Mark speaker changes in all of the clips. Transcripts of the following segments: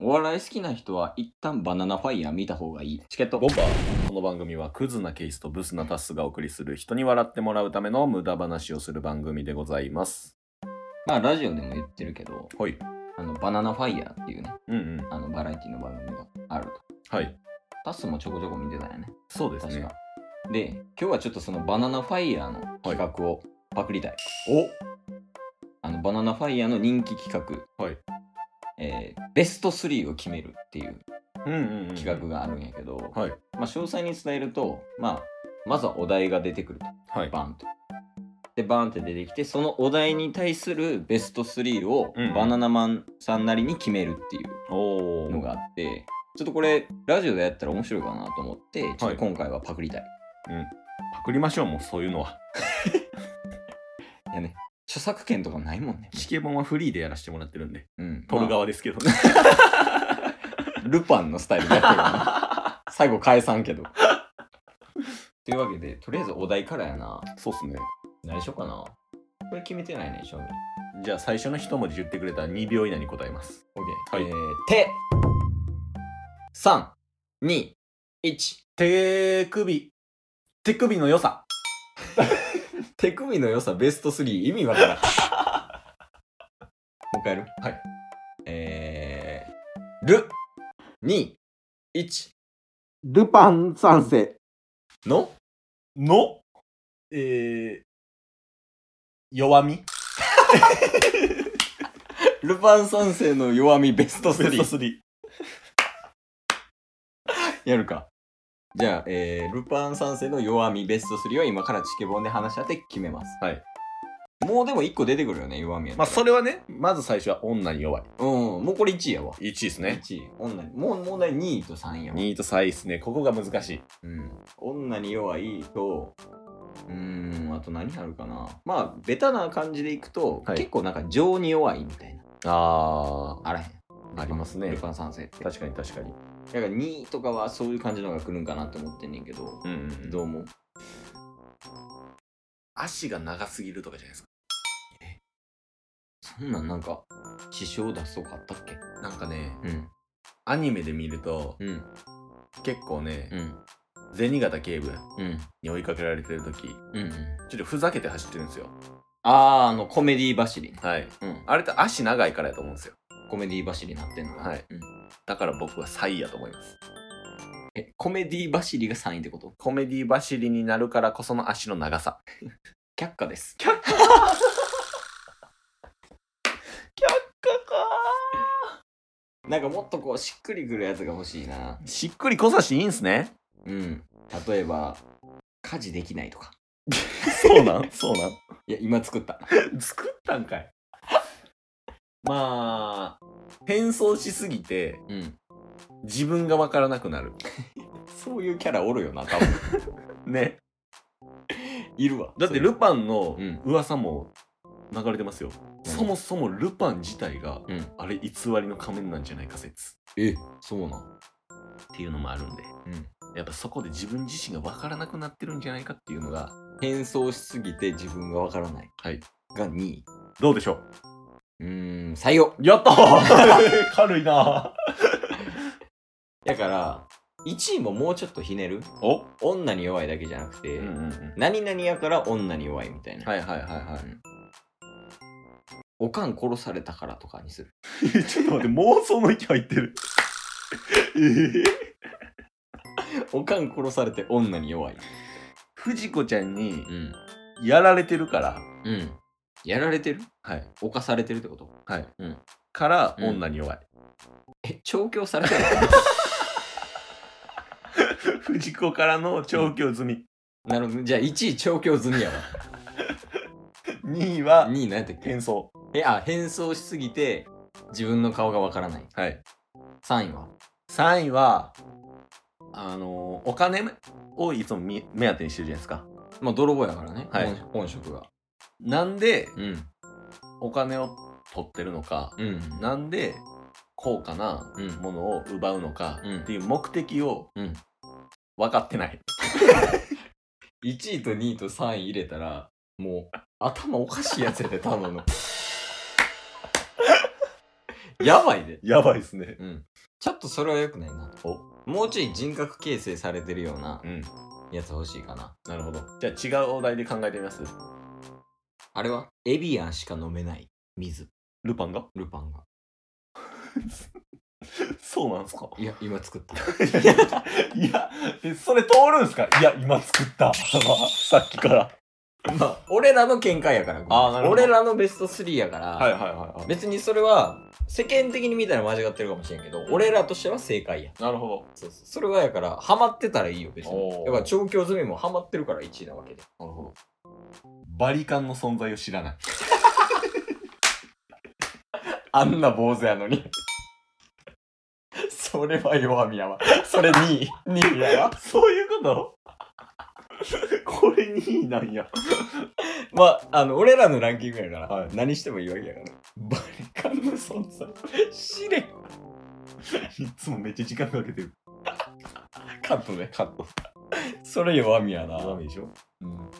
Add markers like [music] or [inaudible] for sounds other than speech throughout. Speaker 1: お笑い好きな人は一旦バナナファイヤー見た方がいい。チケット
Speaker 2: ボ。ンバーこの番組はクズなケースとブスなタスがお送りする人に笑ってもらうための無駄話をする番組でございます。
Speaker 1: まあラジオでも言ってるけど、
Speaker 2: はい。
Speaker 1: あのバナナファイヤーっていうね、
Speaker 2: うんうん。
Speaker 1: あのバラエティの番組があると。
Speaker 2: はい。
Speaker 1: タスもちょこちょこ見てたよね。
Speaker 2: そうです
Speaker 1: 確
Speaker 2: ね
Speaker 1: か。。で、今日はちょっとそのバナナファイヤーの企画をパクりたい。あのバナナファイヤーの人気企
Speaker 2: おはい。
Speaker 1: 画、えーベスト3を決めるっていう
Speaker 2: うんうん、うん。
Speaker 1: 企画があるんやけど、
Speaker 2: はい。
Speaker 1: まあ詳細に伝えると、まあ、まずはお題が出てくると。
Speaker 2: はい。
Speaker 1: バンと。で、バンって出てきて、そのお題に対するベスト3を
Speaker 2: うん
Speaker 1: バナナマンさんなりに決めるっていう
Speaker 2: おお。
Speaker 1: のがあって、ちょっとこれ、ラジオでやったら面白いかなと思って、ちょっと今回はパクりたい。
Speaker 2: パクりましょう、もうそういうのは。
Speaker 1: い、やね、著作権とかないもんね。
Speaker 2: チケボンはフリーでやらせてもらってるんで、
Speaker 1: うん。
Speaker 2: 撮る
Speaker 1: ま
Speaker 2: 側ですけどね。
Speaker 1: あルパンのスタイルでやってるからね最後返さんけど。というわけで、とりあえずお題からやな。
Speaker 2: [laughs] そうっすね。
Speaker 1: 何しようかな。これ決めてないね、正味。
Speaker 2: じゃあ最初の一文字言ってくれたら2秒以内に答えます。
Speaker 1: OK。
Speaker 2: はい
Speaker 1: えー、手 !3、2、1。
Speaker 2: 手首。手首の良さ。
Speaker 1: 手首の良さベスト3意味わからん [laughs] もう一回やる
Speaker 2: はい
Speaker 1: えー、ル21
Speaker 3: ルパン三世。
Speaker 1: の
Speaker 2: の、えー、弱み。
Speaker 1: ルパン三世の弱みベスト
Speaker 2: ベスト
Speaker 1: 3
Speaker 2: 3。
Speaker 1: [laughs] やるかじゃあ、えー、ルパン三世の弱みベスト3は今からチケボンで話し合って決めます
Speaker 2: はい
Speaker 1: もうでも1個出てくるよね弱みやった
Speaker 2: まあ
Speaker 1: ら
Speaker 2: それはね、まず最初は女に弱い。
Speaker 1: うんもうこれ1位やわ
Speaker 2: 1位ですね。
Speaker 1: 1位女にもう問題2位と3位やわ
Speaker 2: 2位と3位ですね。ここが難しい。
Speaker 1: うん、女に弱いとうーんあと何あるかなまあベタな感じでいくと、
Speaker 2: はい
Speaker 1: 結構なんか情に弱いみたいな
Speaker 2: あ
Speaker 1: あらへん
Speaker 2: ありますね
Speaker 1: ルパン三世ってだか
Speaker 2: 確かに確かに。
Speaker 1: ら2とかはそういう感じのが来るんかなって思ってんねんけど、
Speaker 2: うん、
Speaker 1: どう思う
Speaker 2: 足が長すぎるとかじゃないです
Speaker 1: そんなんなんか支障出すとかあったっけ
Speaker 2: か。なんかね、
Speaker 1: うん
Speaker 2: アニメで見ると、
Speaker 1: うん
Speaker 2: 結構ね
Speaker 1: う、ん
Speaker 2: 銭形警部
Speaker 1: うん
Speaker 2: に追いかけられてる時ち
Speaker 1: うんうん
Speaker 2: ょっとふざけて走ってるんですよ。
Speaker 1: あああのコメディ走りね
Speaker 2: はい。
Speaker 1: うん
Speaker 2: あれって足長いからやと思うんですよ。
Speaker 1: コメディ走りになってんのが
Speaker 2: はい
Speaker 1: うん、
Speaker 2: だから僕は3位やと思います。
Speaker 1: えコメディ走りが3位ってこと
Speaker 2: コメディ走りになるからこその足の長さ。
Speaker 1: 却下ですなんかもっとこうしっくりくるやつが欲しいな。
Speaker 2: しっくりこさしいいんすね。
Speaker 1: うん。例えば、家事できないとか。
Speaker 2: そうなんそうなん
Speaker 1: いや、今作った。
Speaker 2: 作ったんかいまあ変装しすぎて
Speaker 1: うん。
Speaker 2: 自分が分からなくなる
Speaker 1: そういうキャラおるよな、多分。
Speaker 2: ね
Speaker 1: いるわ。
Speaker 2: だってルパンの
Speaker 1: うん
Speaker 2: 噂も流れてますよ、
Speaker 1: うん
Speaker 2: そもそもルパン自体が、
Speaker 1: うん
Speaker 2: あれ偽りの仮面なんじゃないか説
Speaker 1: え、そうなん。
Speaker 2: っていうのもあるんで
Speaker 1: うん。
Speaker 2: やっぱそこで自分自身が分からなくなってるんじゃないかっていうのが
Speaker 1: 変装しすぎて自分がわからない。
Speaker 2: はい
Speaker 1: が2位。
Speaker 2: どうでしょ
Speaker 1: うーん、採用。
Speaker 2: うやった [laughs] 軽いな
Speaker 1: だから、1位ももうちょっとひねる。
Speaker 2: お
Speaker 1: 女に弱いだけじゃなくて、
Speaker 2: うんうんうん
Speaker 1: 何々やから女に弱いみたいな。
Speaker 2: はいはいはいは
Speaker 1: おかん殺されたからとかにする。
Speaker 2: いちょっと待って妄想の域入ってるえー
Speaker 1: おかん殺されて女に弱い。
Speaker 2: 藤子ちゃんに
Speaker 1: うん。
Speaker 2: やられてるから、
Speaker 1: うん。やられてる
Speaker 2: はい、
Speaker 1: 犯されてるってこと
Speaker 2: はい、
Speaker 1: うん
Speaker 2: から
Speaker 1: うん
Speaker 2: 女に弱い。
Speaker 1: え、調教されてる [laughs]
Speaker 2: 藤子からの調教済み。
Speaker 1: なるほど。じゃあ1位調教済みやわ。
Speaker 2: 2位は
Speaker 1: [laughs] 2位何やったっけ
Speaker 2: 変装。
Speaker 1: え、あ、変装しすぎて自分の顔がわからない。
Speaker 2: はい。
Speaker 1: 3位は
Speaker 2: 3位は、あのーお金をいつもみ目当てにしてるじゃないですか。
Speaker 1: まあ泥棒やからね。
Speaker 2: はい
Speaker 1: 本本職が。
Speaker 2: なんで
Speaker 1: うん。
Speaker 2: お金を取ってるのか、
Speaker 1: うん。
Speaker 2: なんで高価な
Speaker 1: うん
Speaker 2: ものを奪うのか
Speaker 1: うん
Speaker 2: っていう目的を
Speaker 1: うん。
Speaker 2: 分かってない。
Speaker 1: 1位と2位と3位入れたら、 [laughs] もう頭おかしいやつやで、ただの。やばいで。
Speaker 2: やばいっすね。
Speaker 1: うん。ちょっとそれは良くないな。
Speaker 2: お
Speaker 1: もうちょい人格形成されてるような
Speaker 2: うん。
Speaker 1: やつ欲しいかな。
Speaker 2: なるほど。じゃあ違うお題で考えてみます
Speaker 1: あれはエビアンしか飲めない水。
Speaker 2: ルパンが
Speaker 1: ルパンが。
Speaker 2: [laughs] そうなんすか
Speaker 1: いや、今作った。
Speaker 2: [laughs] いや、えそれ通るんすかいや、今作った。 [laughs] さっきから。
Speaker 1: まあ、 [laughs] 俺らの見解やから。
Speaker 2: あーなるほど
Speaker 1: 俺らのベスト3やから。
Speaker 2: はいはいはいはい。
Speaker 1: 別にそれは世間的に見たら間違ってるかもしれんけど俺らとしては正解やん
Speaker 2: なるほ
Speaker 1: そうそうそれはやからハマってたらいいよ別
Speaker 2: お
Speaker 1: に
Speaker 2: ー
Speaker 1: やっぱ調教済みもハマってるから1位なわけで
Speaker 2: ど。なるほど。バリカンの存在を知らない。
Speaker 1: あんな坊主やのに [laughs] それは弱みやわそれ2位2位やわ
Speaker 2: [laughs] そういうこと [laughs] これ2位なんや。
Speaker 1: まああの俺らのランキングやから、
Speaker 2: はい
Speaker 1: 何してもいいわけやからバリカンの存在知れん
Speaker 2: いつもめっちゃ時間かけてる。
Speaker 1: カットで
Speaker 2: カット。
Speaker 1: それ弱みやな
Speaker 2: ダメでしょ
Speaker 1: うん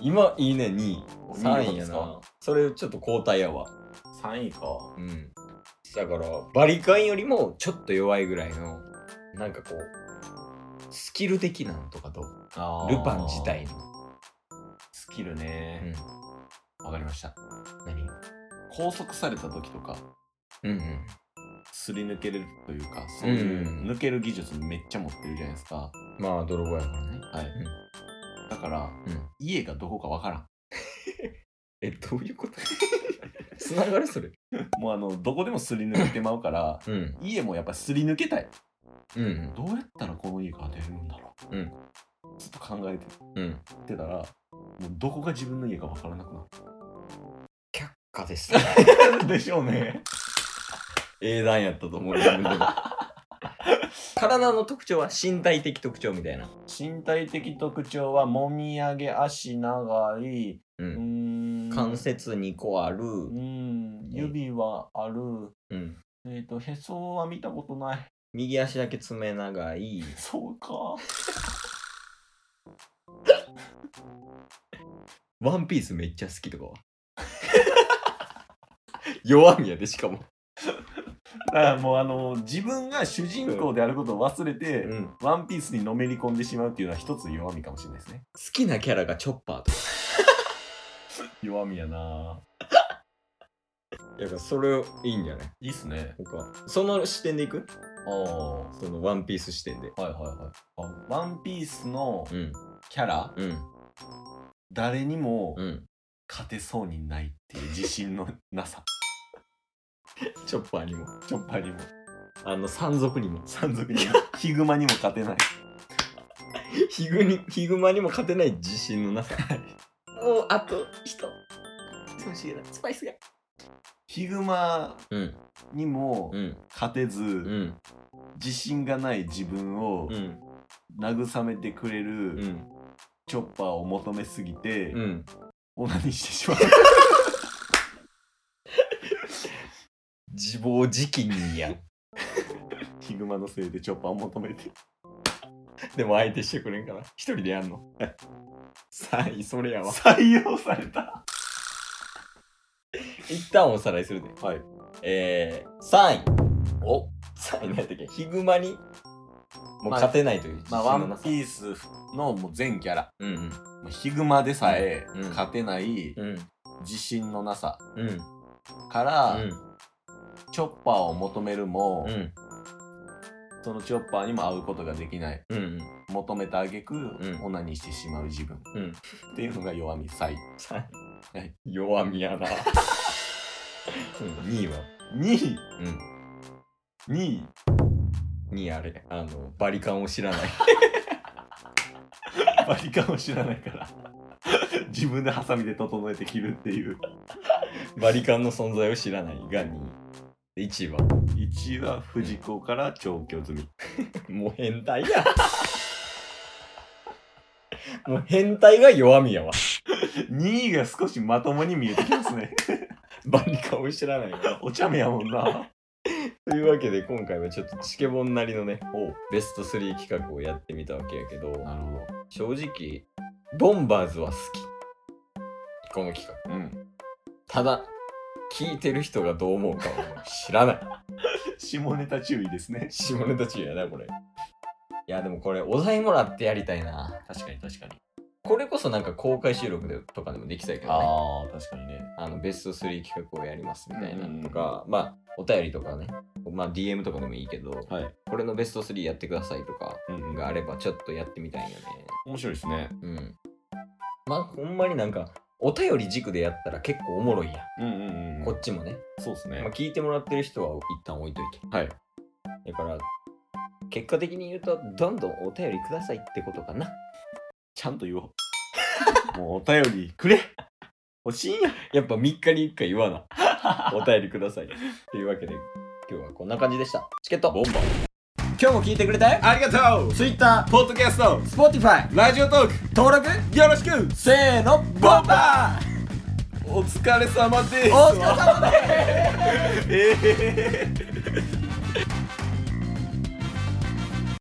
Speaker 1: 今いいね2位
Speaker 2: お
Speaker 1: 3
Speaker 2: いい
Speaker 1: 位
Speaker 2: ね
Speaker 1: や
Speaker 2: です
Speaker 1: な
Speaker 2: か
Speaker 1: それちょっと交代やわ
Speaker 2: ?3 位か。
Speaker 1: うん。だから、バリカンよりもちょっと弱いぐらいの、なんかこう、スキル的なのとかどう
Speaker 2: あー
Speaker 1: ルパン自体。の。
Speaker 2: スキル
Speaker 1: う
Speaker 2: ね。
Speaker 1: ん。
Speaker 2: わ、かりました。
Speaker 1: 何
Speaker 2: 拘束された時とか、
Speaker 1: うんうん。
Speaker 2: すり抜けれるというか、そういう
Speaker 1: うん
Speaker 2: 抜ける技術めっちゃ持ってるじゃないですか。
Speaker 1: まあ、泥棒やからね。
Speaker 2: はい。だから、
Speaker 1: うん
Speaker 2: 家がどこかわからん。
Speaker 1: え、どういう [laughs] ことつながるそれ。
Speaker 2: もうあの、どこでもすり抜けてまう [laughs] から、
Speaker 1: うん。
Speaker 2: 家もやっぱすり抜けたい。
Speaker 1: うん。
Speaker 2: どうやったらこの家から出れるんだろう。
Speaker 1: うん
Speaker 2: ずっと考えて
Speaker 1: うん。
Speaker 2: ってたら、もうどこが自分の家かわからなくな
Speaker 1: 却下です。
Speaker 2: る。 [laughs] でしょうね。
Speaker 1: 英断やったと思う。自分でも [laughs] 体の特徴は身体的特徴みたいな。
Speaker 2: 身体的特徴は、もみあげ、足長い、
Speaker 1: う
Speaker 2: うー
Speaker 1: ん。
Speaker 2: ん、
Speaker 1: 関節2個ある。
Speaker 2: うーん、指はある。
Speaker 1: うん。
Speaker 2: えっ、と、へそは見たことない。 [laughs]
Speaker 1: 右足だけ爪長い。
Speaker 2: そうか。
Speaker 1: ワンピースめっちゃ好きとかは [laughs] 弱みやでしかも。
Speaker 2: だからもうあの、自分が主人公であることを忘れて、
Speaker 1: ん。好
Speaker 2: ワンピースにのめり込んでしまうっていうのは一つ弱みかもしれないですね。
Speaker 1: きなキャラがチョッパーとか。
Speaker 2: 弱みやない
Speaker 1: や、それいいんじゃない
Speaker 2: いっすね。
Speaker 1: 他。その視点でいく
Speaker 2: ああ。は
Speaker 1: そのワンピース視点で。
Speaker 2: いはいはい。あワンピースの
Speaker 1: うん。
Speaker 2: キャラ、
Speaker 1: うん。
Speaker 2: 誰にも
Speaker 1: うん。
Speaker 2: 勝てそうにないっていう自信のなさ。
Speaker 1: チョッパーにも。
Speaker 2: チョッパーにも、
Speaker 1: あの、山賊にも。
Speaker 2: 山賊にも、ヒグマにも勝てない。
Speaker 1: ヒグにヒグマにも勝てない自信のなさ。もう、あと、人。そうしげな。スパイスが。
Speaker 2: ヒグマ
Speaker 1: うん。
Speaker 2: にも
Speaker 1: うん。
Speaker 2: 勝てず、
Speaker 1: うん。
Speaker 2: 自信がない自分を
Speaker 1: うん。
Speaker 2: 慰めてくれ
Speaker 1: う
Speaker 2: る、
Speaker 1: ん。
Speaker 2: チョッパーを求めすぎて、
Speaker 1: うん。
Speaker 2: オナニしてしまう。
Speaker 1: 自暴自棄にやん。
Speaker 2: ヒグマのせいで [laughs] チョッパーを求めて。
Speaker 1: でも相手してくれんから一人でやんの [laughs] 3位それやわ
Speaker 2: 採用された。
Speaker 1: 一旦おさらいするで
Speaker 2: はい。
Speaker 1: えー、3位
Speaker 2: お
Speaker 1: 3位何やったっけヒグマにもう勝てないという自
Speaker 2: まあ、
Speaker 1: 信
Speaker 2: ワ
Speaker 1: のな
Speaker 2: ン
Speaker 1: さ、
Speaker 2: ピースのもう全キャラ。
Speaker 1: うんうん
Speaker 2: もうヒグマでさえ
Speaker 1: うん
Speaker 2: 勝てない
Speaker 1: うん
Speaker 2: 自信のなさ
Speaker 1: うん
Speaker 2: から、
Speaker 1: うん
Speaker 2: チョッパーを求めるも、
Speaker 1: うん
Speaker 2: そのチョッパーにも会うことができない。
Speaker 1: うん
Speaker 2: 求めたあげく、
Speaker 1: ん
Speaker 2: オナニしてしまう自分。
Speaker 1: うん
Speaker 2: っていうのが弱み最。
Speaker 1: 3位、
Speaker 2: はい
Speaker 1: [laughs] 弱みやな2位は
Speaker 2: 2位
Speaker 1: うん
Speaker 2: 2位
Speaker 1: 2位あれあのバリカンを知らない [laughs]
Speaker 2: バリカンを知らないから。自分でハサミで整えて切るっていう。
Speaker 1: バリカンの存在を知らないが2位1位は
Speaker 2: 1位は藤子から調教済み。
Speaker 1: もう変態や。 [laughs] もう変態が弱みやわ。
Speaker 2: 2位が少しまともに見えてきますね。 [laughs]
Speaker 1: バリカンを知らないわ。
Speaker 2: お茶目やもんな。
Speaker 1: というわけで今回はちょっとチケボンなりのね、ベスト3企画をやってみたわけやけど、
Speaker 2: なるほ
Speaker 1: 正直、ボンバーズは好き。この企画。
Speaker 2: ど。うん。
Speaker 1: ただ、聞いてる人がどう思うかは知らない。
Speaker 2: 下ネタ注意ですね。
Speaker 1: 下ネタ中やな、これ。いや、でもこれ、お題もらってやりたいな。
Speaker 2: 確かに確かに。
Speaker 1: これこそなんか公開収録でとかでもできたけどね。
Speaker 2: ああ、確かにね。
Speaker 1: あのベスト3企画をやりますみたいな
Speaker 2: うん
Speaker 1: とか、まあお便りとかね、まあ、DM とかでもいいけど、
Speaker 2: はい。
Speaker 1: これのベスト3やってくださいとか
Speaker 2: うんうん
Speaker 1: があればちょっとやってみたいよね。
Speaker 2: 面白いですね。
Speaker 1: うん。まあほんまになんかお便り軸でやったら結構おもろいやん。
Speaker 2: うんうんうん。
Speaker 1: こっちもね。
Speaker 2: そうです
Speaker 1: まあ、
Speaker 2: ね。
Speaker 1: 聞いてもらってる人は一旦置いといて。
Speaker 2: はい。
Speaker 1: だから結果的に言うとどんどんお便りくださいってことかな。
Speaker 2: ちゃんと言おう。 [laughs] もうお便りくれ欲しいんや。
Speaker 1: やっぱ3日に1回言わ [laughs] な。お便りください。というわけで今日はこんな感じでした。チケット
Speaker 2: ボンバー。
Speaker 1: 今日も聞いてくれたよ
Speaker 2: ありがとう !Twitter、ポッドキャスト、
Speaker 1: Spotify
Speaker 2: ラジオトーク、
Speaker 1: 登録
Speaker 2: よろしく
Speaker 1: せーの
Speaker 2: ボンバーお疲れ様です
Speaker 1: お疲れ様です
Speaker 2: ええー